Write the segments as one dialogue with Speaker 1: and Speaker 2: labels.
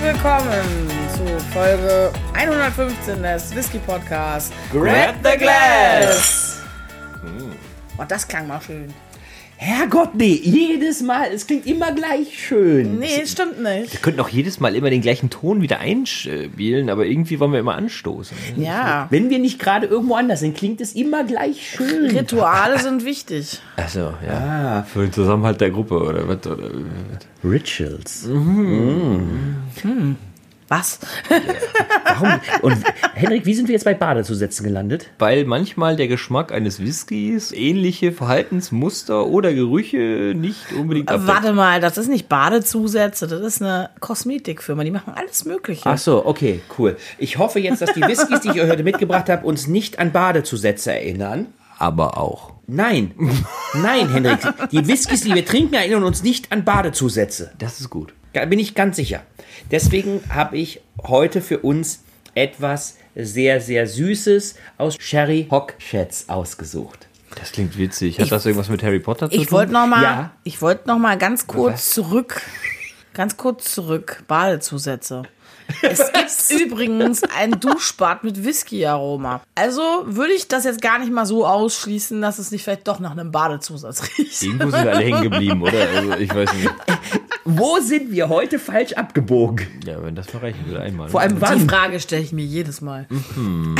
Speaker 1: willkommen zu Folge 115 des Whisky Podcasts.
Speaker 2: Grab the Glass!
Speaker 1: Und Hm. Oh, das klang mal schön.
Speaker 2: Herrgott, nee, jedes Mal. Es klingt immer gleich schön.
Speaker 1: Nee, stimmt nicht.
Speaker 2: Wir könnten auch jedes Mal immer den gleichen Ton wieder einspielen, aber irgendwie wollen wir immer anstoßen.
Speaker 1: Ja.
Speaker 2: Wenn wir nicht gerade irgendwo anders sind, klingt es immer gleich schön.
Speaker 1: Rituale sind wichtig.
Speaker 2: Also, ja.
Speaker 3: Für den Zusammenhalt der Gruppe oder was? Oder,
Speaker 2: Rituals.
Speaker 1: Was?
Speaker 2: Warum? Und Henrik, wie sind wir jetzt bei Badezusätzen gelandet?
Speaker 3: weil manchmal der Geschmack eines Whiskys ähnliche Verhaltensmuster oder Gerüche nicht unbedingt abdeckt.
Speaker 1: Warte mal, das ist nicht Badezusätze, das ist eine Kosmetikfirma. Die machen alles Mögliche.
Speaker 2: Ach so, okay, cool. Ich hoffe jetzt, dass die Whiskys, die ich euch heute mitgebracht habe, uns nicht an Badezusätze erinnern.
Speaker 3: Aber auch.
Speaker 2: Nein, nein, Henrik. Die Whiskys, die wir trinken, erinnern uns nicht an Badezusätze.
Speaker 3: Das ist gut.
Speaker 2: Da bin ich ganz sicher. Deswegen habe ich heute für uns etwas sehr, sehr Süßes aus Sherry Hock Schätz ausgesucht.
Speaker 3: Das klingt witzig. Hat das irgendwas mit Harry Potter zu
Speaker 1: Ich
Speaker 3: tun?
Speaker 1: wollte noch mal,
Speaker 2: Ja.
Speaker 1: ich wollte noch mal ganz kurz zurück, ganz kurz zurück, Badezusätze. Es gibt übrigens ein Duschbad mit Whisky-Aroma. Also würde ich das jetzt gar nicht mal so ausschließen, dass es nicht vielleicht doch nach einem Badezusatz riecht.
Speaker 3: Irgendwo sind wir alle hängen geblieben, oder? Also, ich weiß nicht.
Speaker 2: Wo sind wir heute falsch abgebogen?
Speaker 3: Ja, wenn das mal reichen würde, einmal. ne?
Speaker 2: Vor allem
Speaker 1: Die
Speaker 2: wann?
Speaker 1: Frage stelle ich mir jedes Mal.
Speaker 2: Hm.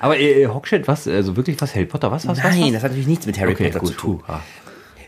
Speaker 3: Aber äh, Hockshit, was? Also wirklich was? Harry Potter? Was? was was,
Speaker 2: Nein, das hat natürlich nichts mit Harry
Speaker 3: was? Okay,
Speaker 2: Potter
Speaker 3: gut.
Speaker 2: zu tun.
Speaker 3: puh, ah.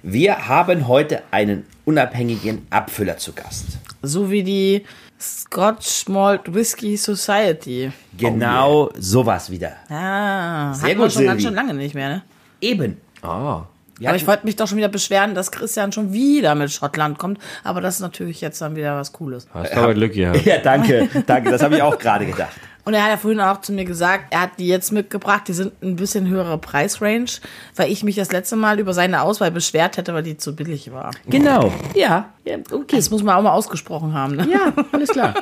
Speaker 2: Wir haben heute einen unabhängigen Abfüller zu Gast.
Speaker 1: So wie die Scotch Malt Whisky Society.
Speaker 2: Genau sowas wieder.
Speaker 1: Ah,
Speaker 2: Sehr
Speaker 1: hatten wir
Speaker 2: gut,
Speaker 1: schon ganz schön
Speaker 2: Silvi.
Speaker 1: lange nicht mehr, ne?
Speaker 2: Eben.
Speaker 3: Ah.
Speaker 2: Wir
Speaker 1: Aber ich
Speaker 2: hatten-
Speaker 1: wollte mich doch schon wieder beschweren, dass Christian schon wieder mit Schottland kommt. Aber das ist natürlich jetzt dann wieder was Cooles.
Speaker 3: Hast du aber Glück gehabt.
Speaker 2: ja, danke, danke. Das habe ich auch gerade gedacht.
Speaker 1: Und er hat ja vorhin auch zu mir gesagt, er hat die jetzt mitgebracht, die sind ein bisschen höhere Preisrange, weil ich mich das letzte Mal über seine Auswahl beschwert hätte, weil die zu billig war.
Speaker 2: Genau. Ja, ja okay.
Speaker 1: Das muss man auch mal ausgesprochen haben. Ne?
Speaker 2: Ja, alles klar.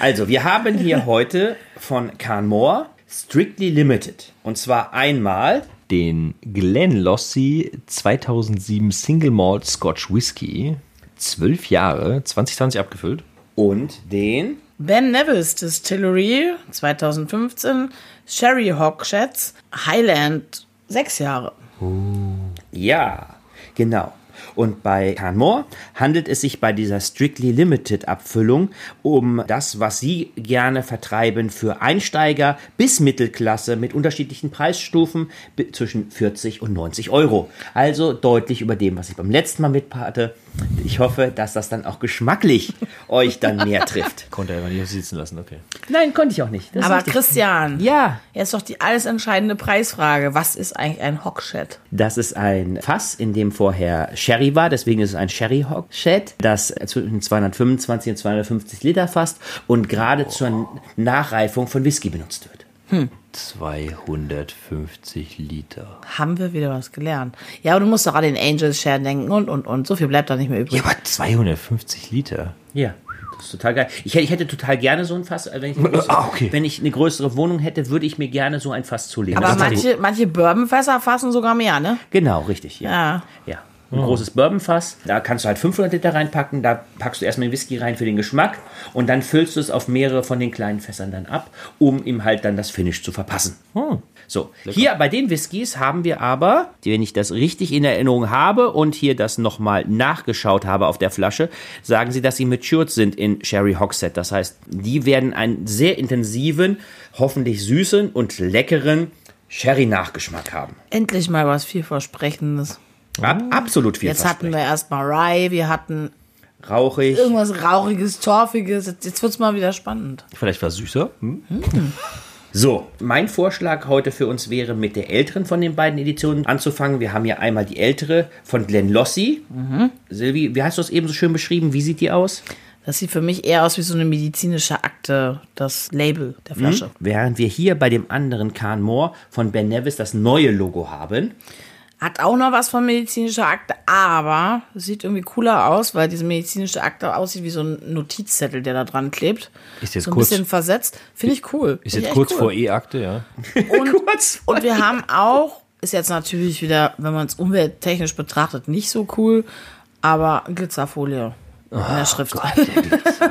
Speaker 2: Also, wir haben hier heute von Canmore Strictly Limited. Und zwar einmal
Speaker 3: Den Glenlossie 2007 Single Malt Scotch Whisky. Zwölf Jahre, 2020 abgefüllt.
Speaker 2: und den.
Speaker 1: Ben Nevis Distillery 2015, Sherry Hogsheads, Highland, sechs Jahre.
Speaker 2: Ja, genau. Und bei Canmore handelt es sich bei dieser Strictly Limited Abfüllung um das, was sie gerne vertreiben für Einsteiger bis Mittelklasse mit unterschiedlichen Preisstufen bi- zwischen 40 und 90 Euro. Also deutlich über dem, was ich beim letzten Mal mit hatte. Ich hoffe, dass das dann auch geschmacklich euch dann mehr trifft.
Speaker 3: Konnte er aber nicht sitzen lassen, okay.
Speaker 2: Nein, konnte ich auch nicht. Das ist
Speaker 1: Aber
Speaker 2: richtig.
Speaker 1: Christian,
Speaker 2: ja,
Speaker 1: jetzt doch die alles entscheidende Preisfrage. Was ist eigentlich ein Hogshead?
Speaker 2: Das ist ein Fass, in dem vorher Sherry war, deswegen ist es ein Sherry Hog Shed, das zwischen 225 und 250 Liter fasst und gerade zur Nachreifung von Whisky benutzt wird.
Speaker 3: 250 Liter.
Speaker 1: Haben wir wieder was gelernt. Ja, aber du musst doch an den Angel Share denken und, und, und. So viel bleibt da nicht mehr übrig.
Speaker 3: Ja, aber 250 Liter.
Speaker 2: Ja. Das ist total geil. Ich hätte, ich hätte total gerne so ein Fass. Wenn ich, eine größere,
Speaker 3: Ah, okay.
Speaker 2: wenn ich eine größere Wohnung hätte, würde ich mir gerne so ein Fass zulegen.
Speaker 1: Aber
Speaker 2: Das ist-
Speaker 1: manche, manche Bourbonfässer fassen sogar mehr, ne?
Speaker 2: genau, richtig. Ja.
Speaker 1: Ja.
Speaker 2: ja. Oh. Ein großes Bourbonfass, da kannst du halt 500 Liter reinpacken, da packst du erstmal den Whisky rein für den Geschmack und dann füllst du es auf mehrere von den kleinen Fässern dann ab, um ihm halt dann das Finish zu verpassen.
Speaker 3: Hm.
Speaker 2: So, hier bei den Whiskys haben wir aber, die, wenn ich das richtig in Erinnerung habe und hier das nochmal nachgeschaut habe auf der Flasche, sagen sie, dass sie matured sind in Sherry Hogshead. Das heißt, die werden einen sehr intensiven, hoffentlich süßen und leckeren Sherry-Nachgeschmack haben.
Speaker 1: Endlich mal was vielversprechendes.
Speaker 2: Ab, absolut viel
Speaker 1: Oh. Jetzt hatten wir erstmal Rye, wir hatten
Speaker 2: Rauchig.
Speaker 1: irgendwas Rauchiges, Torfiges. Jetzt, jetzt wird's mal wieder spannend.
Speaker 3: Vielleicht war es süßer. Hm?
Speaker 2: So, mein Vorschlag heute für uns wäre, mit der älteren von den beiden Editionen anzufangen. Wir haben hier einmal die ältere von Glenlossie.
Speaker 1: Mhm.
Speaker 2: Silvi, wie hast du es eben so schön beschrieben? Wie sieht die aus?
Speaker 1: Das sieht für mich eher aus wie so eine medizinische Akte, das Label der
Speaker 3: Mhm.
Speaker 1: Flasche.
Speaker 2: Während wir hier bei dem anderen Can Moore von Ben Nevis das neue Logo haben.
Speaker 1: Hat auch noch was von medizinischer Akte, aber sieht irgendwie cooler aus, weil diese medizinische Akte aussieht wie so ein Notizzettel, der da dran klebt.
Speaker 3: Ist jetzt
Speaker 1: so ein
Speaker 3: kurz-
Speaker 1: bisschen versetzt. Finde ich cool.
Speaker 3: Ist
Speaker 1: Find ich
Speaker 3: jetzt
Speaker 1: echt
Speaker 3: kurz
Speaker 1: cool.
Speaker 3: vor E-Akte, ja.
Speaker 2: Kurz.
Speaker 1: Und wir haben auch, ist jetzt natürlich wieder, wenn man es umwelttechnisch betrachtet, nicht so cool, aber Glitzerfolie. in der
Speaker 2: Ah,
Speaker 1: Schrift.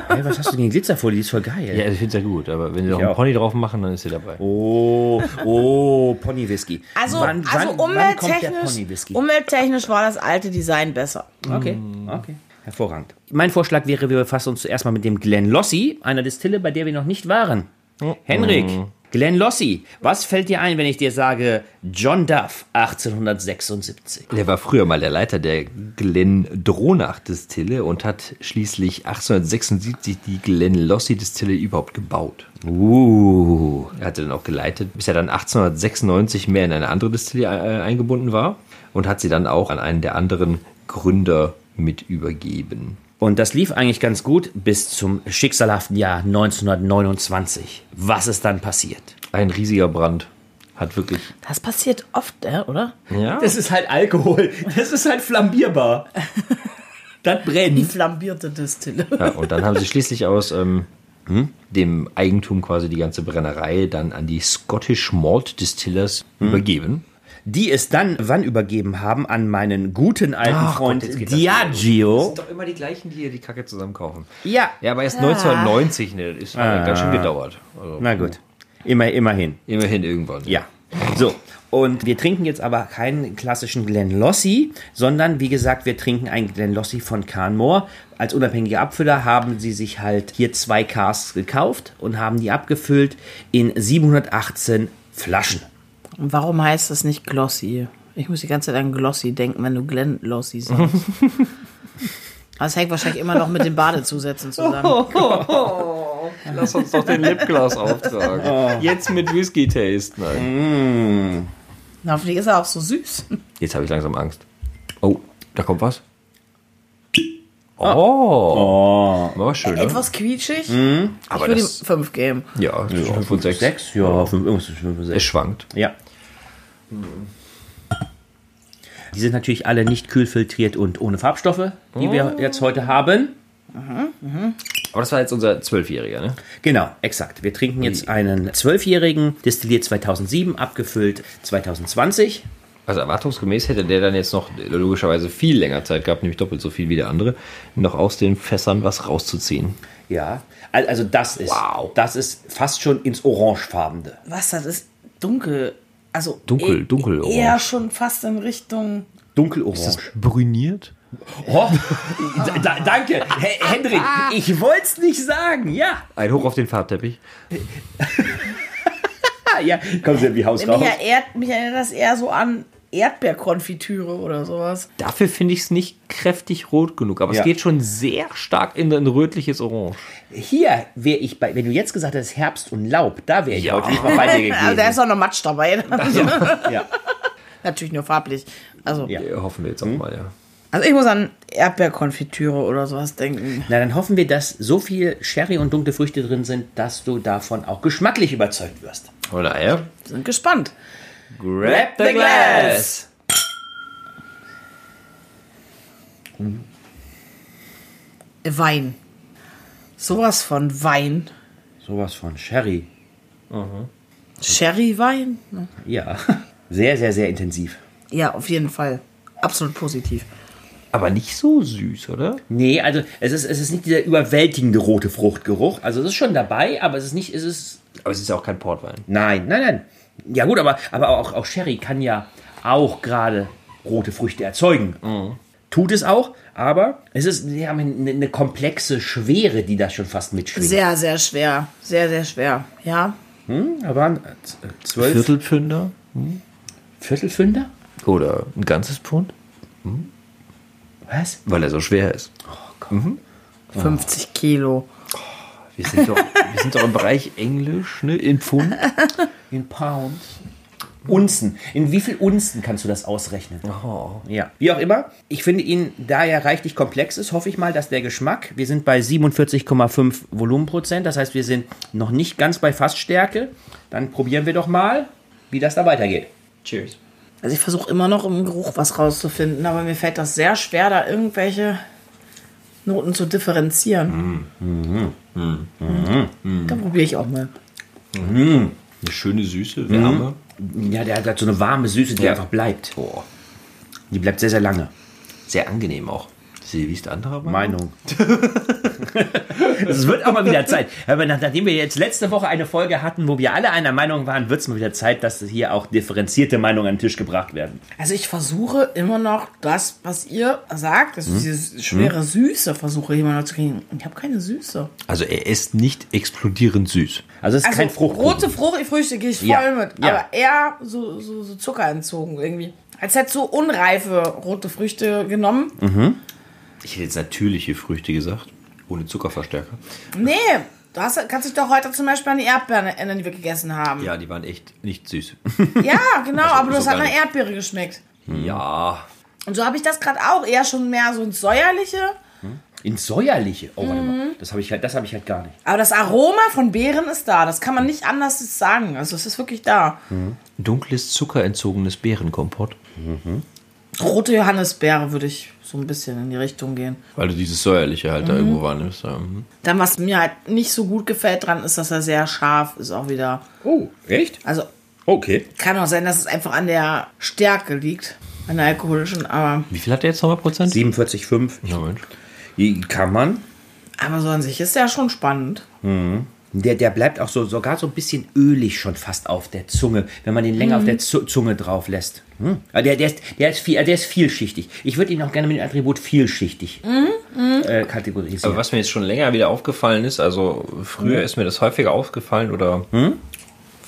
Speaker 2: Hey, was hast du gegen Glitzerfolie? Die ist voll geil.
Speaker 3: Ja, ich finde es ja gut, aber wenn sie noch
Speaker 2: auch.
Speaker 3: einen Pony drauf machen, dann ist sie dabei.
Speaker 2: Oh, oh, Pony-Whisky.
Speaker 1: Also,
Speaker 2: Wann-
Speaker 1: also
Speaker 2: wann- wann kommt der
Speaker 1: umwelttechnisch, um-
Speaker 2: Pony-Whisky? Hm?
Speaker 1: umwelttechnisch war das alte Design besser.
Speaker 2: Okay, okay. Hervorragend. Mein Vorschlag wäre, wir befassen uns zuerst mal mit dem Glen Lossi, einer Distille, bei der wir noch nicht waren. Henrik, Glen Lossi, was fällt dir ein, wenn ich dir sage John Duff 1876?
Speaker 3: Der war früher mal der Leiter der Glendronach-Distille und hat schließlich 1876 die Glenlossie-Distille überhaupt gebaut. Uh. Er hatte dann auch geleitet, bis er dann 1896 mehr in eine andere Distille äh, eingebunden war und hat sie dann auch an einen der anderen Gründer mit übergeben.
Speaker 2: Und das lief eigentlich ganz gut bis zum schicksalhaften Jahr 1929. Was ist dann passiert?
Speaker 3: Ein riesiger Brand. Hat wirklich.
Speaker 1: Das passiert oft, äh, oder?
Speaker 3: Ja.
Speaker 2: ist halt Alkohol. Das ist halt flambierbar. Das
Speaker 1: Die
Speaker 2: brennt.
Speaker 1: flambierte Distille.
Speaker 3: Ja, und dann haben sie schließlich aus ähm, dem Eigentum quasi die ganze Brennerei dann an die Scottish Malt Distillers übergeben.
Speaker 2: Die es dann wann übergeben haben an meinen guten alten
Speaker 3: Ach
Speaker 2: Freund
Speaker 3: Gott, jetzt geht das
Speaker 2: Diageo.
Speaker 3: doch immer die gleichen, die hier die Kacke zusammen kaufen.
Speaker 2: Oh. Ja, Ah.
Speaker 3: Ja, aber erst 1990, ne, das ist hat ganz schön gedauert. Also,
Speaker 2: na gut. Immer, immerhin.
Speaker 3: immerhin irgendwann.
Speaker 2: Ja. So, und wir trinken jetzt aber keinen klassischen Glenlossie, sondern wie gesagt, wir trinken einen Glenlossie von Canmore. Als unabhängiger Abfüller haben sie sich halt hier zwei Cars gekauft und haben die abgefüllt in 718 Flaschen.
Speaker 1: Und Warum heißt das nicht Glossy? Ich muss die ganze Zeit an Glossy denken, wenn du Glenn Glossy sagst. Das hängt wahrscheinlich immer noch mit den Badezusätzen zusammen.
Speaker 3: Lass uns doch den Lipgloss auftragen. Jetzt mit Whisky Taste.
Speaker 2: Mhm.
Speaker 3: Nein.
Speaker 1: Na, Hoffentlich ist er auch so süß.
Speaker 3: Jetzt habe ich langsam Angst. Oh, da kommt was.
Speaker 2: Ah.
Speaker 3: Oh. War schön, ne?
Speaker 1: Etwas quietschig. ich
Speaker 3: Hm? aber
Speaker 1: würde ihm
Speaker 3: das,
Speaker 1: 5 geben.
Speaker 3: ja, zwischen 5 und 6.
Speaker 2: Sechs? Ja, fünf, irgendwas zwischen fünf und
Speaker 3: Es
Speaker 2: sechs.
Speaker 3: schwankt.
Speaker 2: Ja. Die sind natürlich alle nicht kühlfiltriert und ohne Farbstoffe, die wir jetzt heute haben.
Speaker 3: Aber das war jetzt unser Zwölfjähriger, ne?
Speaker 2: Genau, exakt. Wir trinken jetzt einen Zwölfjährigen, destilliert 2007, abgefüllt 2020.
Speaker 3: Also erwartungsgemäß hätte der dann jetzt noch logischerweise viel länger Zeit gehabt, nämlich doppelt so viel wie der andere, noch aus den Fässern was rauszuziehen.
Speaker 2: Ja, al- also das ist,
Speaker 3: Wow.
Speaker 2: das ist fast schon ins Orangefarbende.
Speaker 1: Was, das ist dunkel. Also
Speaker 3: Dunkel,
Speaker 1: eh-
Speaker 3: dunkel, oh.
Speaker 1: Eher
Speaker 3: orange.
Speaker 1: schon fast in Richtung.
Speaker 2: Dunkelorange.
Speaker 3: Brüniert?
Speaker 2: Oh, da- da, danke, He- Hendrik. Ich wollte es nicht sagen. Ja,
Speaker 3: Ein Hoch auf den Farbteppich.
Speaker 2: Ah, ja. Komm, Silvi, haus raus.
Speaker 1: Mich erinnert, mich erinnert das eher so an Erdbeerkonfitüre oder sowas.
Speaker 3: Dafür finde ich es nicht kräftig rot genug, aber
Speaker 2: Ja.
Speaker 3: es geht schon sehr stark in ein rötliches Orange.
Speaker 2: Hier wäre ich bei, wenn du jetzt gesagt hättest Herbst und Laub, da wäre ich
Speaker 3: Ja.
Speaker 2: heute nicht mal bei dir
Speaker 1: Also da ist
Speaker 2: gewesen.
Speaker 1: auch noch Matsch dabei. Also,
Speaker 2: Ja.
Speaker 1: Natürlich nur farblich. Also,
Speaker 2: Ja.
Speaker 3: Ja, Äh, hoffen wir jetzt auch mal, ja.
Speaker 1: also ich muss an Erdbeerkonfitüre oder sowas denken.
Speaker 2: Na, dann hoffen wir, dass so viel Sherry und dunkle Früchte drin sind, dass du davon auch geschmacklich überzeugt wirst.
Speaker 3: Von daher,
Speaker 1: Sind gespannt.
Speaker 3: grab
Speaker 2: the glass!
Speaker 1: Wein. Sowas von Wein.
Speaker 2: Sowas von Sherry.
Speaker 1: Sherry-Wein?
Speaker 2: Ja. Sehr, sehr, sehr intensiv.
Speaker 1: Ja, auf jeden Fall. Absolut positiv.
Speaker 3: Aber nicht so süß, oder?
Speaker 2: Nee, also es ist, es ist nicht dieser überwältigende rote Fruchtgeruch. Also es ist schon dabei, aber es ist nicht, es ist.
Speaker 3: Aber es ist ja auch kein Portwein.
Speaker 2: Nein, nein, nein. Ja gut, aber, aber auch, auch Sherry kann ja auch gerade rote Früchte erzeugen. Tut es auch, aber es ist, wir haben eine, eine komplexe Schwere, die das schon fast mitschwingt.
Speaker 1: Sehr, sehr schwer. Sehr, sehr schwer. Ja.
Speaker 2: Da waren äh, z- äh, zwölf
Speaker 3: Viertelpfünder?
Speaker 2: Viertelfünder?
Speaker 3: Oder ein ganzes Pfund?
Speaker 2: Was?
Speaker 3: Weil er so schwer ist.
Speaker 1: 50 Kilo.
Speaker 3: Wir sind doch, wir sind doch im Bereich Englisch, ne? In Pfund.
Speaker 2: In Pounds. Unzen. In wie viel Unzen kannst du das ausrechnen?
Speaker 3: Oh.
Speaker 2: Ja. Wie auch immer, ich finde ihn, da er reichlich komplex ist, hoffe ich mal, dass der Geschmack, wir sind bei 47,5 Volumenprozent, das heißt, wir sind noch nicht ganz bei Fassstärke. Dann probieren wir doch mal, wie das da weitergeht.
Speaker 3: Cheers.
Speaker 1: Also ich versuche immer noch im Geruch was rauszufinden, aber mir fällt das sehr schwer, da irgendwelche Noten zu differenzieren.
Speaker 2: Mhm.
Speaker 1: Dann probiere ich auch mal.
Speaker 3: Eine schöne Süße, Wärme.
Speaker 2: Ja, der hat halt so eine warme Süße, die
Speaker 3: Ja.
Speaker 2: einfach bleibt.
Speaker 3: Boah.
Speaker 2: Die bleibt sehr, sehr lange.
Speaker 3: Sehr angenehm auch. Sie ist anderer
Speaker 2: Meinung. es wird auch mal wieder Zeit. Aber nach- nachdem wir jetzt letzte Woche eine Folge hatten, wo wir alle einer Meinung waren, wird es mal wieder Zeit, dass hier auch differenzierte Meinungen an den Tisch gebracht werden.
Speaker 1: Also ich versuche immer noch das, was ihr sagt,
Speaker 2: Mhm.
Speaker 1: also diese schwere Süße versuche ich immer noch zu kriegen. Ich habe keine Süße.
Speaker 3: Also er ist nicht explodierend süß.
Speaker 2: Also es ist
Speaker 1: Also
Speaker 2: kein Fruchtkuchen.
Speaker 1: rote Frucht, Früchte gehe ich voll
Speaker 2: Ja,
Speaker 1: mit,
Speaker 2: ja.
Speaker 1: aber eher so, so, so Zucker entzogen irgendwie. Als hättest du unreife rote Früchte genommen.
Speaker 3: Ich hätte jetzt natürliche Früchte gesagt. Ohne Zuckerverstärker.
Speaker 1: Nee, du hast, kannst dich doch heute zum Beispiel an die Erdbeeren erinnern, die wir gegessen haben. Ja,
Speaker 3: Ja, die waren echt nicht süß.
Speaker 1: genau, aber du
Speaker 3: so
Speaker 1: hast an
Speaker 3: gar
Speaker 1: eine
Speaker 3: nicht.
Speaker 1: Erdbeere geschmeckt.
Speaker 3: ja.
Speaker 1: Und so habe ich das gerade auch, eher schon mehr so ins Säuerliche.
Speaker 2: Ins Säuerliche. Oh, warte mal.
Speaker 1: Mhm.
Speaker 2: Das habe ich, halt, das hab ich halt gar nicht.
Speaker 1: Aber das Aroma von Beeren ist da, das kann man nicht anders sagen. Also es ist wirklich da.
Speaker 3: Dunkles, zuckerentzogenes Beerenkompott.
Speaker 1: Rote Johannisbeere würde ich so ein bisschen in die Richtung gehen.
Speaker 3: Weil du dieses säuerliche halt da irgendwo wahrnimmst. Ja. mhm.
Speaker 1: Dann, was mir halt nicht so gut gefällt dran, ist, dass er sehr scharf ist auch wieder.
Speaker 2: Oh, echt?
Speaker 1: Also
Speaker 2: Okay.
Speaker 1: kann auch sein, dass es einfach an der Stärke liegt, an der alkoholischen, aber,
Speaker 3: Wie viel hat der jetzt nochmal Prozent?
Speaker 2: 47,5.
Speaker 3: Ja, Mensch.
Speaker 2: Kann man.
Speaker 1: aber so an sich ist ja schon spannend.
Speaker 2: Der, der bleibt auch so, sogar so ein bisschen ölig schon fast auf der Zunge, wenn man den länger auf der Zu Zunge drauf lässt. Hm. Aber Der, der, ist, der, ist viel, der ist vielschichtig. Ich würde ihn auch gerne mit dem Attribut vielschichtig äh, kategorisieren.
Speaker 3: Aber was mir jetzt schon länger wieder aufgefallen ist, also früher ist mir das häufiger aufgefallen oder
Speaker 1: Hm?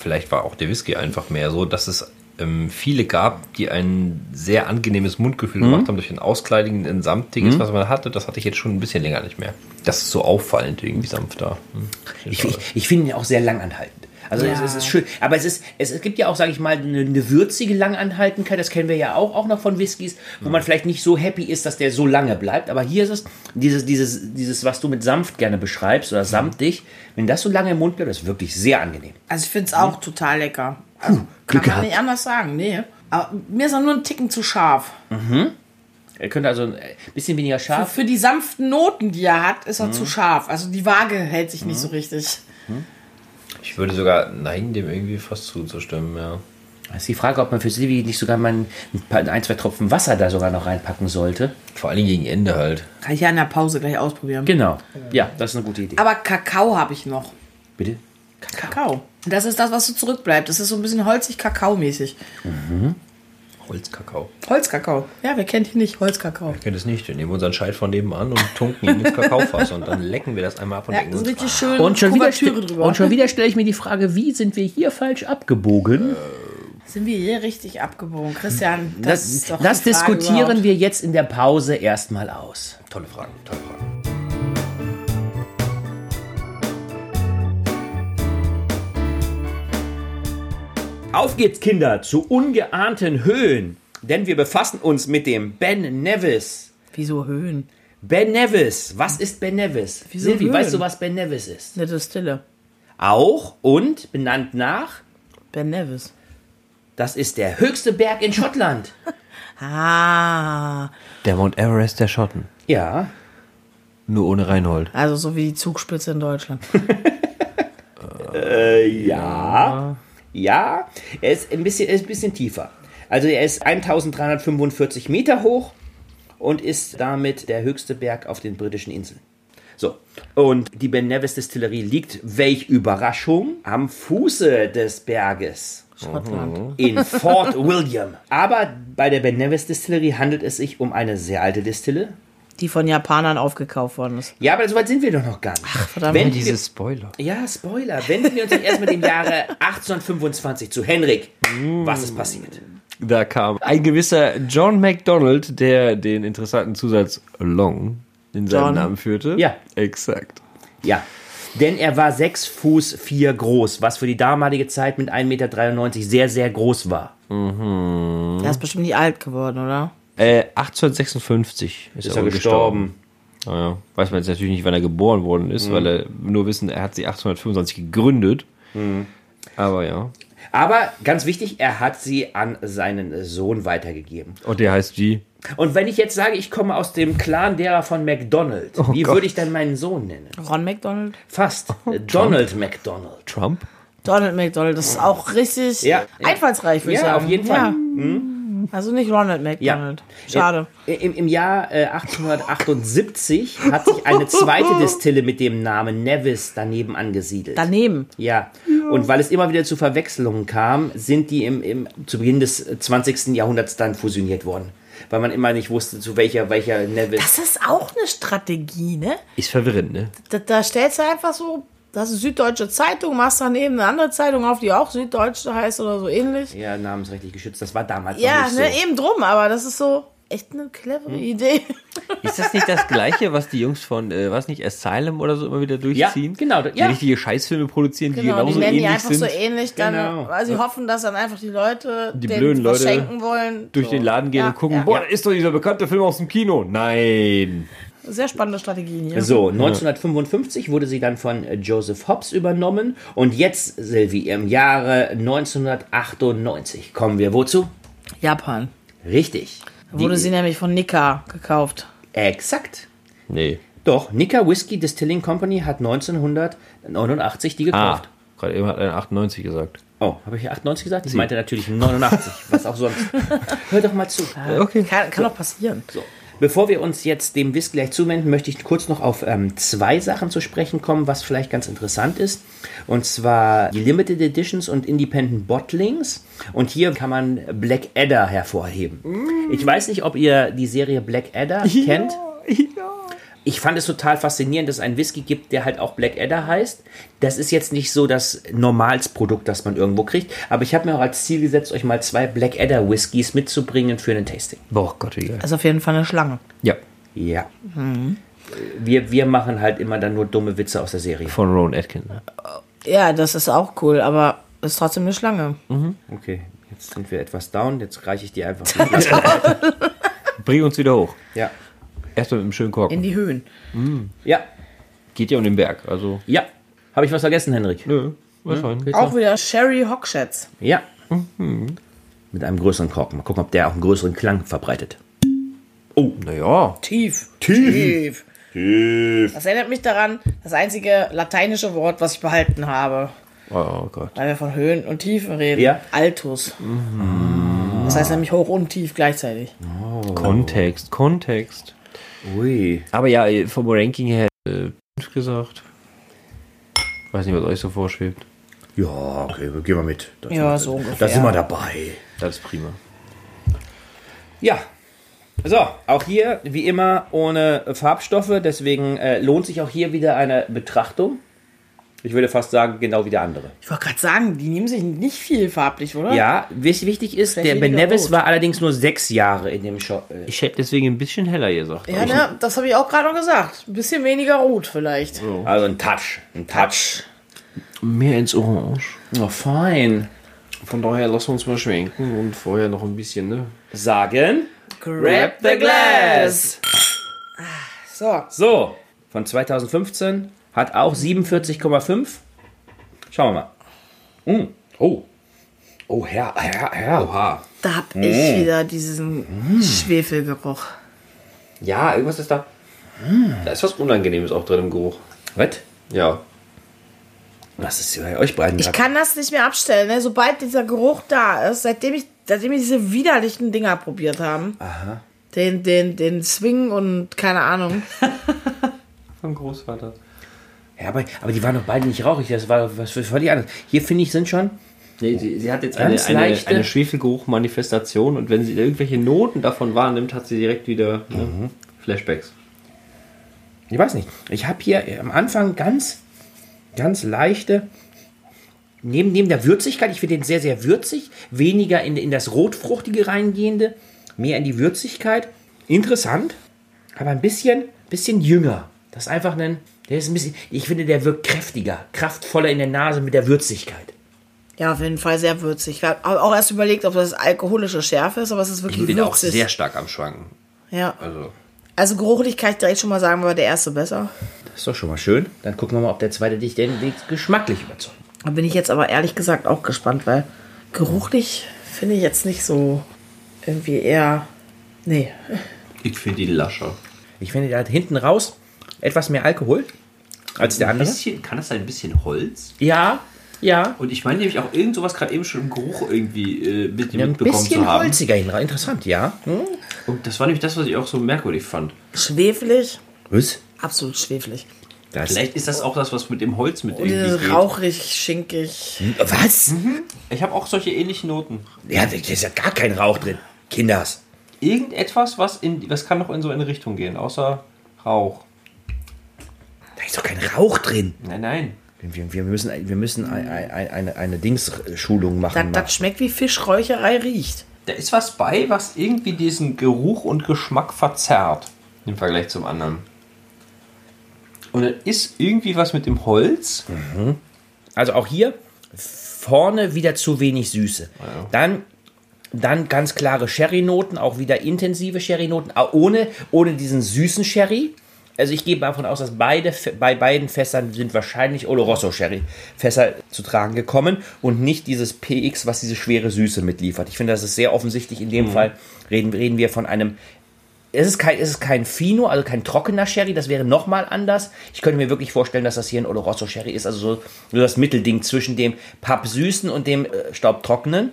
Speaker 3: vielleicht war auch der Whisky einfach mehr so, dass es ähm, viele gab, die ein sehr angenehmes Mundgefühl
Speaker 1: Hm?
Speaker 3: gemacht haben durch ein auskleidigen, ein samtiges, was man hatte. Das hatte ich jetzt schon ein bisschen länger nicht mehr. Das ist so auffallend irgendwie sanfter. Hm.
Speaker 2: Ich, ich, ich finde ihn auch sehr langanhaltend. Also es, es ist schön. Aber es ist, es, es gibt ja auch, sage ich mal, eine, eine würzige Langanhaltendkeit. Das kennen wir ja auch, auch noch von Whiskys, wo
Speaker 3: Mhm.
Speaker 2: man vielleicht nicht so happy ist, dass der so lange bleibt. Aber hier ist es, dieses, dieses, dieses, was du mit sanft gerne beschreibst
Speaker 3: Mhm.
Speaker 2: oder samtig, wenn das so lange im Mund bleibt, das ist wirklich sehr angenehm.
Speaker 1: Also ich finde
Speaker 2: Mhm.
Speaker 1: es auch total lecker. Also, kann
Speaker 3: Glück
Speaker 1: man
Speaker 3: gehabt.
Speaker 1: nicht anders sagen, nee. Aber mir ist er nur ein Ticken zu scharf.
Speaker 2: Er könnte also ein bisschen weniger
Speaker 1: Für,
Speaker 2: scharf. Mhm.
Speaker 1: für die sanften Noten, die er hat, ist er zu scharf. Also die Waage hält sich nicht so richtig.
Speaker 3: Ich würde sogar neigen, dem irgendwie fast zuzustimmen, ja.
Speaker 2: Das ist die Frage, ob man für Silvi nicht sogar mal ein, paar, ein, zwei Tropfen Wasser da sogar noch reinpacken sollte.
Speaker 3: Vor allem gegen Ende halt.
Speaker 1: Kann ich ja in der Pause gleich ausprobieren.
Speaker 2: Genau. Ja, das ist eine gute Idee.
Speaker 1: Aber Kakao habe ich noch.
Speaker 2: Bitte?
Speaker 1: Kakao. Das ist das, was so zurückbleibt. Das ist so ein bisschen holzig kakao-mäßig.
Speaker 3: Holzkakao.
Speaker 1: Holzkakao. Ja, wer kennt ihn nicht? Holzkakao.
Speaker 3: Wir können das nicht. Wir nehmen unseren Scheit von nebenan und tunken ihn ins Kakaofass und dann lecken wir das einmal ab und
Speaker 1: Ja,
Speaker 3: denken
Speaker 1: so
Speaker 3: uns,
Speaker 1: richtig schön
Speaker 2: Und schon, wieder,
Speaker 1: Kuvertüre drüber.
Speaker 2: und schon wieder stelle ich mir die Frage, wie sind wir hier falsch abgebogen?
Speaker 1: Sind wir hier richtig abgebogen? Christian, das,
Speaker 2: Hm, Das,
Speaker 1: ist doch
Speaker 2: das
Speaker 1: die Frage
Speaker 2: diskutieren
Speaker 1: überhaupt.
Speaker 2: wir jetzt in der Pause erstmal aus.
Speaker 3: ah, tolle Fragen, tolle Fragen.
Speaker 2: Auf geht's, Kinder, zu ungeahnten Höhen. Denn wir befassen uns mit dem Ben Nevis.
Speaker 1: Wieso Höhen?
Speaker 2: Ben Nevis. Was ist Ben Nevis?
Speaker 1: Wieso
Speaker 2: Silvi,
Speaker 1: Höhen?
Speaker 2: weißt du, was Ben Nevis ist?
Speaker 1: Eine Distille.
Speaker 2: Auch und benannt nach,
Speaker 1: Ben Nevis.
Speaker 2: das ist der höchste Berg in Schottland.
Speaker 1: Ah,
Speaker 3: Der Mount Everest der Schotten.
Speaker 2: ja.
Speaker 3: Nur ohne Reinhold.
Speaker 1: also so wie die Zugspitze in Deutschland.
Speaker 2: Ja. Ja. Er ist ein bisschen, er ist ein bisschen tiefer. Also er ist 1345 Meter hoch und ist damit der höchste Berg auf den britischen Inseln. So, und die Ben Nevis Distillerie liegt, welch Überraschung, am Fuße des Berges Mhm.
Speaker 1: Schottland.
Speaker 2: in Fort William. Aber bei der Ben Nevis Distillerie handelt es sich um eine sehr alte Distille.
Speaker 1: Die von Japanern aufgekauft worden ist.
Speaker 2: Ja, aber soweit sind wir doch noch gar nicht.
Speaker 1: verdammt.
Speaker 2: Wenn wir-
Speaker 3: Diese Spoiler.
Speaker 2: ja, Spoiler. Wenden wir uns jetzt erstmal dem Jahre 1825 zu Henrik. Was ist passiert?
Speaker 3: Da kam ein gewisser John MacDonald, der den interessanten Zusatz Long in seinem
Speaker 1: John.
Speaker 3: Namen führte.
Speaker 2: Ja.
Speaker 3: Exakt.
Speaker 2: Ja. Denn er war 6 Fuß 4 groß, was für die damalige Zeit mit 1,93 Meter sehr, sehr groß war.
Speaker 1: Der
Speaker 2: Hm?
Speaker 1: ist bestimmt nicht alt geworden, oder?
Speaker 3: Äh, 1856 ist,
Speaker 2: Ist
Speaker 3: er
Speaker 2: er
Speaker 3: wohl
Speaker 2: gestorben.
Speaker 3: Naja, weiß man jetzt natürlich nicht, wann er geboren worden ist, weil er nur wissen, er hat sie 1825 gegründet. Mhm. Aber ja.
Speaker 2: Aber ganz wichtig, er hat sie an seinen Sohn weitergegeben.
Speaker 3: Und der heißt wie?
Speaker 2: Und wenn ich jetzt sage, ich komme aus dem Clan derer von McDonald, wie
Speaker 3: Gott.
Speaker 2: würde ich dann meinen Sohn nennen?
Speaker 1: Ron McDonald?
Speaker 2: Fast. Donald McDonald.
Speaker 3: Trump?
Speaker 1: Donald McDonald, das ist auch richtig
Speaker 2: Ja.
Speaker 1: einfallsreich, würde ich
Speaker 2: Ja,
Speaker 1: sagen.
Speaker 2: auf jeden Fall. Hm?
Speaker 1: Ja. Also nicht Ronald McDonald. Schade.
Speaker 2: Im, Im Jahr äh, 1878 hat sich eine zweite Distille mit dem Namen Nevis daneben angesiedelt.
Speaker 1: Daneben.
Speaker 2: Ja. Und weil es immer wieder zu Verwechslungen kam, sind die im, im, zu Beginn des 20. Jahrhunderts dann fusioniert worden. Weil man immer nicht wusste, zu welcher, welcher Nevis.
Speaker 1: Das ist auch eine Strategie, ne?
Speaker 3: Ist verwirrend, ne?
Speaker 1: Da, da stellst du einfach so, das ist Süddeutsche Zeitung, machst daneben eine andere Zeitung auf, die auch Süddeutsche heißt oder so ähnlich.
Speaker 2: ja, namensrechtlich geschützt. Das war damals
Speaker 1: Ja,
Speaker 2: noch nicht
Speaker 1: ne,
Speaker 2: so. Hm?
Speaker 1: eben drum, aber das ist so echt eine clevere Idee.
Speaker 3: Ist das nicht das Gleiche, was die Jungs von, äh, was nicht, Asylum oder so immer wieder durchziehen?
Speaker 2: genau,
Speaker 3: Die
Speaker 2: ja.
Speaker 3: richtige Scheißfilme produzieren, die
Speaker 1: Genau, die
Speaker 3: genauso
Speaker 1: nennen die
Speaker 3: ähnlich
Speaker 1: einfach
Speaker 3: sind.
Speaker 1: so ähnlich, dann,
Speaker 2: Genau.
Speaker 1: weil sie hoffen, dass dann einfach die Leute
Speaker 3: Die
Speaker 1: denen
Speaker 3: blöden
Speaker 1: was
Speaker 3: Leute
Speaker 1: schenken wollen.
Speaker 3: durch
Speaker 1: so.
Speaker 3: den Laden gehen
Speaker 1: ja,
Speaker 3: und gucken,
Speaker 1: Ja.
Speaker 3: boah, da ist doch dieser bekannte Film aus dem Kino. Nein.
Speaker 1: Sehr spannende Strategien hier.
Speaker 2: So, 1955 wurde sie dann von äh, Joseph Hobbs übernommen. Und jetzt, Silvi, im Jahre 1998 kommen wir wozu?
Speaker 1: Japan.
Speaker 2: Richtig.
Speaker 1: Wurde
Speaker 2: Die-
Speaker 1: sie nämlich von Nika gekauft.
Speaker 2: Exakt.
Speaker 3: Nee.
Speaker 2: Doch, Nika Whiskey Distilling Company hat 1989 die
Speaker 3: Ah,
Speaker 2: gekauft.
Speaker 3: gerade eben hat einer 98 gesagt.
Speaker 2: Oh, habe ich 98 gesagt? Ich meinte natürlich 89, was auch sonst. Hör doch mal zu.
Speaker 3: Okay.
Speaker 1: Kann, kann doch passieren.
Speaker 2: So. Bevor wir uns jetzt dem Whisky gleich zuwenden, möchte ich kurz noch auf ähm, zwei Sachen zu sprechen kommen, was vielleicht ganz interessant ist. Und zwar die Limited Editions und Independent Bottlings. Und hier kann man Black Adder hervorheben. Ich weiß nicht, ob ihr die Serie Black Adder kennt. Ich fand es total faszinierend, dass es einen Whisky gibt, der halt auch Black Adder heißt. Das ist jetzt nicht so das Normalsprodukt, das man irgendwo kriegt. Aber ich habe mir auch als Ziel gesetzt, euch mal zwei Black Adder Whiskys mitzubringen für einen Tasting.
Speaker 3: Boah, Gott, wie geil.
Speaker 1: Also auf jeden Fall eine Schlange.
Speaker 3: Ja,
Speaker 2: Ja.
Speaker 1: Mhm.
Speaker 2: Wir, wir machen halt immer dann nur dumme Witze aus der Serie.
Speaker 3: von Ron Atkin.
Speaker 1: Ja, das ist auch cool, aber ist trotzdem eine Schlange.
Speaker 2: Okay, jetzt sind wir etwas down. Jetzt reiche ich dir einfach. die Witze.
Speaker 3: Bring uns wieder hoch.
Speaker 2: ja.
Speaker 3: Erstmal mit einem schönen Korken.
Speaker 1: In die Höhen.
Speaker 2: Ja.
Speaker 3: Geht ja um den Berg, also.
Speaker 2: Ja. Habe ich was vergessen, Henrik?
Speaker 3: Nö, wahrscheinlich.
Speaker 1: Auch wieder Sherry Hogsheads.
Speaker 2: Ja.
Speaker 1: Mhm.
Speaker 2: Mit einem größeren Korken. Mal gucken, ob der auch einen größeren Klang verbreitet.
Speaker 3: Naja.
Speaker 1: Tief. Tief. Tief. Das erinnert mich daran, das einzige lateinische Wort, was ich behalten habe,
Speaker 3: Oh Gott.
Speaker 1: weil wir von Höhen und Tiefen reden.
Speaker 2: Ja. Mhm.
Speaker 1: Altus. Das heißt nämlich hoch und tief gleichzeitig.
Speaker 3: oh. Kontext, Kontext.
Speaker 2: Ui.
Speaker 3: Aber ja, äh, vom Ranking her, äh, fünf gesagt. Weiß nicht, was euch so vorschwebt.
Speaker 2: Ja, okay, gehen wir mit. Da
Speaker 1: Ja, so ungefähr.
Speaker 2: dabei.
Speaker 3: Das ist prima.
Speaker 2: Ja. So, auch hier wie immer ohne Farbstoffe, deswegen äh, lohnt sich auch hier wieder eine Betrachtung. Ich würde fast sagen, genau wie der andere.
Speaker 1: Ich wollte gerade sagen, die nehmen sich nicht viel farblich, oder?
Speaker 2: Ja, wis- wichtig ist, der
Speaker 1: weniger
Speaker 2: Ben Nevis
Speaker 1: rot.
Speaker 2: war allerdings nur sechs Jahre in dem Shop. äh,
Speaker 3: Ich hätte deswegen ein bisschen heller gesagt.
Speaker 1: Ja, ne, das habe ich auch gerade noch gesagt. Ein bisschen weniger rot vielleicht.
Speaker 2: Also ein Touch. Ein Touch.
Speaker 3: Mehr ins Orange.
Speaker 2: Oh, fein.
Speaker 3: Von daher lassen wir uns mal schwenken und vorher noch ein bisschen, ne?
Speaker 2: Sagen.
Speaker 1: Grab So,
Speaker 2: So, von 2015 hat auch 47,5. Schauen wir mal. Mm. Oh. Oh, Herr, Herr, Herr. Oha.
Speaker 1: da hab ich wieder diesen Schwefelgeruch.
Speaker 3: Ja, irgendwas ist da. Hm. Da ist was Unangenehmes auch drin im Geruch.
Speaker 2: Was?
Speaker 3: Ja.
Speaker 2: Was ist hier bei euch beiden?
Speaker 1: Ich kann das nicht mehr abstellen, ne? sobald dieser Geruch da ist, seitdem ich, seitdem ich diese widerlichen Dinger probiert haben. Den, den, den Swing und keine Ahnung.
Speaker 3: Vom Großvater.
Speaker 2: ja, aber, aber die waren doch beide nicht rauchig. Das war was was völlig anderes. Hier finde ich sind schon.
Speaker 3: Nee, sie, sie hat jetzt eine,
Speaker 2: Ganz
Speaker 3: eine,
Speaker 2: leichte-
Speaker 3: eine Schwefelgeruch-Manifestation und wenn sie irgendwelche Noten davon wahrnimmt, hat sie direkt wieder ne, Flashbacks.
Speaker 2: Ich weiß nicht. Ich habe hier am Anfang ganz, ganz leichte. Neben, neben der Würzigkeit, ich finde den sehr, sehr würzig. Weniger in, in das Rotfruchtige reingehende, mehr in die Würzigkeit. Interessant, aber ein bisschen, bisschen jünger. Das ist einfach ein. Der ist ein bisschen. Ich finde, der wirkt kräftiger, kraftvoller in der Nase mit der Würzigkeit.
Speaker 1: Ja, auf jeden Fall sehr würzig. Ich habe auch erst überlegt, ob das alkoholische Schärfe ist, aber es ist wirklich würzig.
Speaker 3: stark am Schwanken.
Speaker 1: ja.
Speaker 3: Also.
Speaker 1: Also geruchlich kann ich direkt schon mal sagen, war der erste besser.
Speaker 2: Das ist doch schon mal schön. Dann gucken wir mal, ob der zweite dich denn dich geschmacklich überzeugt.
Speaker 1: Da bin ich jetzt aber ehrlich gesagt auch gespannt, weil geruchlich finde ich jetzt nicht so irgendwie eher. Nee.
Speaker 3: Ich finde ihn lascher.
Speaker 2: Ich finde, der hat hinten raus etwas mehr Alkohol als der
Speaker 3: Ein
Speaker 2: andere.
Speaker 3: bisschen, kann das sein, ein bisschen Holz?
Speaker 2: Ja,
Speaker 1: Ja.
Speaker 3: Und ich meine nämlich auch irgend sowas gerade eben schon im Geruch irgendwie äh, mit,
Speaker 2: Ein
Speaker 3: mitbekommen zu
Speaker 2: bisschen
Speaker 3: haben.
Speaker 2: holziger hin. Interessant, ja. Hm?
Speaker 3: Und das war nämlich das, was ich auch so merkwürdig fand.
Speaker 1: Schwefelig.
Speaker 2: Was?
Speaker 1: Absolut schwefelig.
Speaker 2: Das
Speaker 3: Vielleicht ist das auch das, was mit dem Holz mit
Speaker 1: Und
Speaker 3: irgendwie geht.
Speaker 1: rauchig, schinkig.
Speaker 2: Was?
Speaker 3: Ich habe auch solche ähnlichen Noten.
Speaker 2: Ja, da ist ja gar kein Rauch drin. Kinders.
Speaker 3: Irgendetwas, was in, was kann noch in so eine Richtung gehen, außer Rauch.
Speaker 2: Da ist doch kein Rauch drin.
Speaker 3: Nein, nein.
Speaker 2: Wir, wir müssen, ein- wir müssen ein, ein, ein, eine, eine Dings-Schulung
Speaker 1: Das,
Speaker 2: machen.
Speaker 1: das schmeckt wie Fischräucherei riecht.
Speaker 3: Da ist was bei, was irgendwie diesen Geruch und Geschmack verzerrt. Im Vergleich zum anderen. Und da ist irgendwie was mit dem Holz.
Speaker 2: also auch hier vorne wieder zu wenig Süße. Dann, dann ganz klare Sherry-Noten, auch wieder intensive Sherry-Noten, auch ohne, ohne diesen süßen Sherry. Also ich gehe davon aus, dass beide, Fe- bei beiden Fässern sind wahrscheinlich Oloroso-Sherry-Fässer zu tragen gekommen und nicht dieses PX, was diese schwere Süße mitliefert. Ich finde, das ist sehr offensichtlich. In dem Fall reden, reden wir von einem es ist, kein, es ist kein Fino, also kein trockener Sherry, das wäre nochmal anders. Ich könnte mir wirklich vorstellen, dass das hier ein Oloroso Sherry ist, also so, so das Mittelding zwischen dem Pappsüßen und dem äh, Staubtrockenen.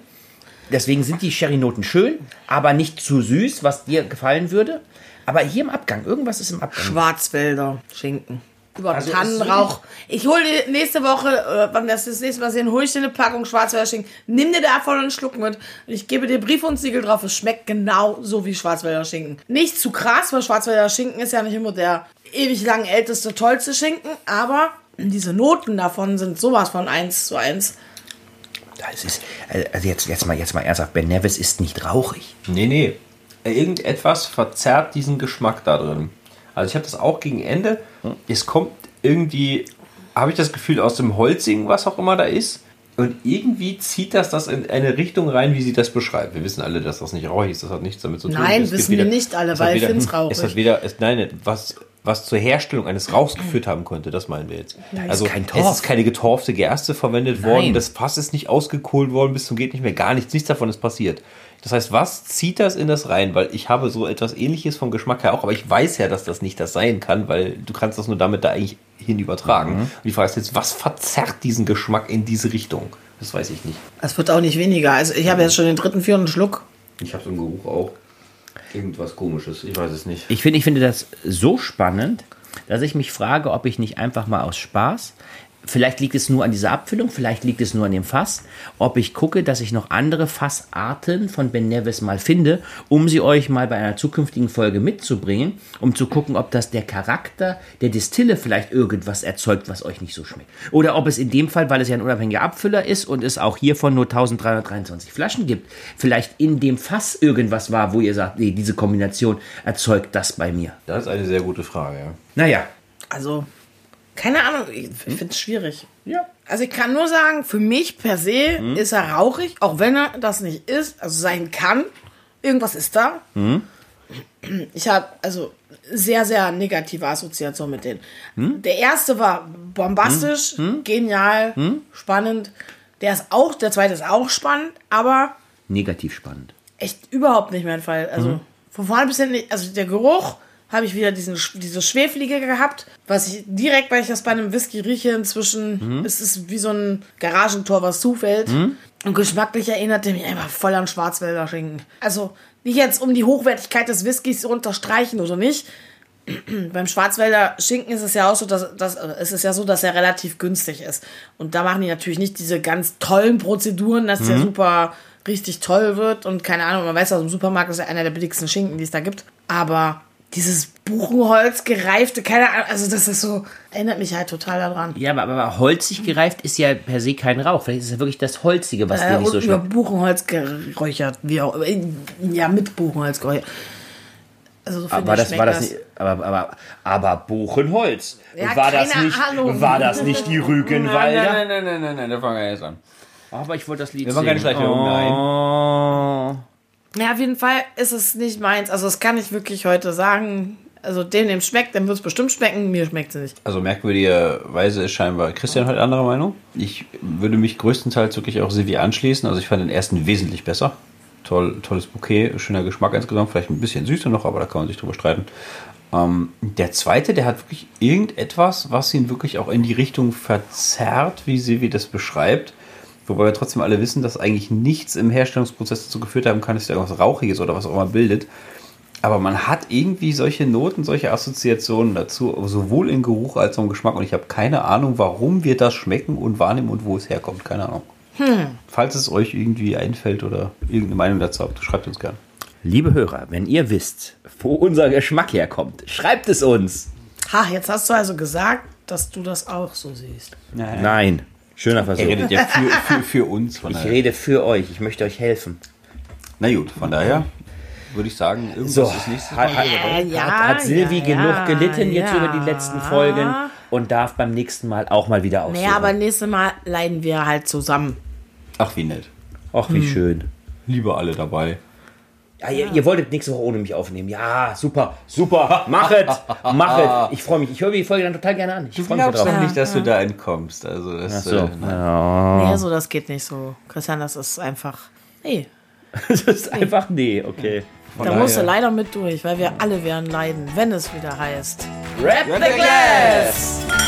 Speaker 2: Deswegen sind die Sherry-Noten schön, aber nicht zu süß, was dir gefallen würde. Aber hier im Abgang, irgendwas ist im Abgang.
Speaker 1: Schwarzwälder Schinken. Über
Speaker 3: Also es ist
Speaker 1: Tannenrauch. Ich hole dir nächste Woche, äh, wann wir das das nächste Mal sehen, hole ich dir eine Packung Schwarzwälder Schinken. Nimm dir davon einen Schluck mit. Und ich gebe dir Brief und Siegel drauf. Es schmeckt genau so wie Schwarzwälder Schinken. Nicht zu krass, weil Schwarzwälder Schinken ist ja nicht immer der ewig lang älteste, tollste Schinken. Aber diese Noten davon sind sowas von eins zu eins.
Speaker 2: Das ist, also jetzt, jetzt, mal, jetzt mal ernsthaft, Ben Nevis ist nicht rauchig.
Speaker 3: Nee, nee. Irgendetwas verzerrt diesen Geschmack da drin. Also ich habe das auch gegen Ende.
Speaker 1: Hm.
Speaker 3: Es kommt irgendwie, habe ich das Gefühl, aus dem Holzigen, was auch immer da ist. Und irgendwie zieht das das in eine Richtung rein, wie sie das beschreibt. Wir wissen alle, dass das nicht rauchig ist. Das hat nichts damit zu tun.
Speaker 1: Nein,
Speaker 3: Es gibt
Speaker 1: wissen wir nicht alle,
Speaker 3: es hat
Speaker 1: weil ich
Speaker 3: weder-
Speaker 1: find's
Speaker 3: Es
Speaker 1: rauchig.
Speaker 3: hat weder, es, nein, was, was zur Herstellung eines Rauchs geführt haben könnte, das meinen wir jetzt.
Speaker 2: ist
Speaker 3: also
Speaker 2: kein
Speaker 3: es
Speaker 2: Torf.
Speaker 3: ist keine getorfte Gerste verwendet worden.
Speaker 2: Nein.
Speaker 3: Das Fass ist nicht ausgekohlt worden bis zum geht nicht mehr. Gar nichts, nichts davon ist passiert. Das heißt, was zieht das in das rein? Weil ich habe so etwas Ähnliches vom Geschmack her auch, aber ich weiß ja, dass das nicht das sein kann, weil du kannst das nur damit da eigentlich hin übertragen. Und die Frage ist jetzt, was verzerrt diesen Geschmack in diese Richtung? Das weiß ich nicht.
Speaker 1: Es wird auch nicht weniger. Also ich habe jetzt schon den dritten, vierten Schluck.
Speaker 3: Ich habe so einen Geruch auch. Irgendwas komisches, ich weiß es nicht.
Speaker 2: Ich finde, ich finde das so spannend, dass ich mich frage, ob ich nicht einfach mal aus Spaß, vielleicht liegt es nur an dieser Abfüllung, vielleicht liegt es nur an dem Fass, ob ich gucke, dass ich noch andere Fassarten von Ben Nevis mal finde, um sie euch mal bei einer zukünftigen Folge mitzubringen, um zu gucken, ob das der Charakter der Distille vielleicht irgendwas erzeugt, was euch nicht so schmeckt. Oder ob es in dem Fall, weil es ja ein unabhängiger Abfüller ist und es auch hiervon nur 1323 Flaschen gibt, vielleicht in dem Fass irgendwas war, wo ihr sagt, nee, diese Kombination erzeugt das bei mir.
Speaker 3: Das ist eine sehr gute Frage, ja.
Speaker 2: Naja.
Speaker 1: Also, keine Ahnung, ich, ich finde es schwierig.
Speaker 2: Ja.
Speaker 1: Also ich kann nur sagen, für mich per se ist er rauchig, auch wenn er das nicht ist, also sein kann. Irgendwas ist da. Ich habe also sehr, sehr negative Assoziation mit denen. Der erste war bombastisch, genial, spannend. Der ist auch, der zweite ist auch spannend, aber
Speaker 2: Negativ spannend.
Speaker 1: echt überhaupt nicht mein Fall. Also von vorne bis hinten, also der Geruch habe ich wieder diesen, Sch- dieses Schwefelige gehabt, was ich direkt, weil ich das bei einem Whisky rieche, inzwischen, es ist wie so ein Garagentor, was zufällt. Und geschmacklich erinnert er mich einfach voll an Schwarzwälder Schinken. Also nicht jetzt um die Hochwertigkeit des Whiskys zu unterstreichen oder nicht. Beim Schwarzwälder Schinken ist es ja auch so, dass, dass äh, es ist ja so, dass er relativ günstig ist. Und da machen die natürlich nicht diese ganz tollen Prozeduren, dass
Speaker 2: Mhm.
Speaker 1: der super richtig toll wird und keine Ahnung, man weiß aus dem Supermarkt ist ja einer der billigsten Schinken, die es da gibt. Aber dieses Buchenholz gereifte, keine Ahnung, also das ist so, erinnert mich halt total daran.
Speaker 2: Ja, aber, aber holzig gereift ist ja per se kein Rauch. Vielleicht ist es ja wirklich das Holzige, was dir
Speaker 1: Äh,
Speaker 2: nicht so
Speaker 1: und über
Speaker 2: schmeckt.
Speaker 1: Buchenholz geräuchert, wie auch immer. Ja, mit Buchenholz geräuchert. Also so finde
Speaker 2: Aber
Speaker 1: ich
Speaker 2: das war
Speaker 1: schmeckt
Speaker 2: das nicht, aber, aber, aber Buchenholz.
Speaker 1: Ja,
Speaker 2: war, das
Speaker 1: keine
Speaker 2: nicht,
Speaker 1: Ahnung.
Speaker 2: war das nicht die Rügenwalder?
Speaker 3: nein, nein, nein, nein, nein, da fangen wir jetzt an.
Speaker 2: Oh, Aber ich wollte das Lied Oh.
Speaker 3: Wir machen keine Schleichwerbung,
Speaker 2: nein.
Speaker 1: Ja, auf jeden Fall ist es nicht meins. Also, das kann ich wirklich heute sagen. Also, dem, dem schmeckt, dem wird es bestimmt schmecken. Mir schmeckt es nicht.
Speaker 3: Also merkwürdigerweise ist scheinbar Christian heute anderer Meinung. Ich würde mich größtenteils wirklich auch Silvi anschließen. Also ich fand den ersten wesentlich besser. Toll, tolles Bouquet, schöner Geschmack insgesamt, vielleicht ein bisschen süßer noch, aber da kann man sich drüber streiten. Ähm, der zweite, der hat wirklich irgendetwas, was ihn wirklich auch in die Richtung verzerrt, wie Silvi das beschreibt. Wobei wir trotzdem alle wissen, dass eigentlich nichts im Herstellungsprozess dazu geführt haben kann, dass da irgendwas Rauchiges oder was auch immer bildet. Aber man hat irgendwie solche Noten, solche Assoziationen dazu, sowohl im Geruch als auch im Geschmack. Und ich habe keine Ahnung, warum wir das schmecken und wahrnehmen und wo es herkommt. Keine Ahnung. Falls es euch irgendwie einfällt oder irgendeine Meinung dazu habt, schreibt uns gerne.
Speaker 2: Liebe Hörer, wenn ihr wisst, wo unser Geschmack herkommt, schreibt es uns.
Speaker 1: Ha, jetzt hast du also gesagt, dass du das auch so siehst.
Speaker 2: Nein. Schöner
Speaker 3: Er
Speaker 2: Versuch.
Speaker 3: redet ja für, für, für uns. Von
Speaker 2: Ich
Speaker 3: daher.
Speaker 2: rede für euch. Ich möchte euch helfen.
Speaker 3: Na gut, von daher würde ich sagen, irgendwas
Speaker 2: So,
Speaker 3: ist nächstes
Speaker 2: hat,
Speaker 3: Mal.
Speaker 2: hat, hat, hat Silvi genug gelitten jetzt über die letzten Folgen und darf beim nächsten Mal auch mal wieder aussuchen.
Speaker 1: Naja, aber nächstes Mal leiden wir halt zusammen.
Speaker 3: Ach, wie nett.
Speaker 2: Ach,
Speaker 3: Hm.
Speaker 2: wie schön.
Speaker 3: Lieber alle dabei.
Speaker 2: Ja, ihr, ihr wolltet nächste Woche ohne mich aufnehmen. Ja, super, super. Machet, machet. Ich freue mich. Ich höre mir die Folge dann total gerne an. Ich
Speaker 3: Du
Speaker 2: freue mich
Speaker 3: glaubst
Speaker 2: drauf.
Speaker 3: doch nicht, dass du da entkommst. Also das,
Speaker 2: So,
Speaker 3: äh,
Speaker 2: ja.
Speaker 1: Nee, so, das geht nicht so. Christian, das ist einfach. Nee,
Speaker 2: das ist einfach nee, okay.
Speaker 1: da musst du leider mit durch, weil wir alle werden leiden, wenn es wieder heißt.
Speaker 2: Rap the Glass!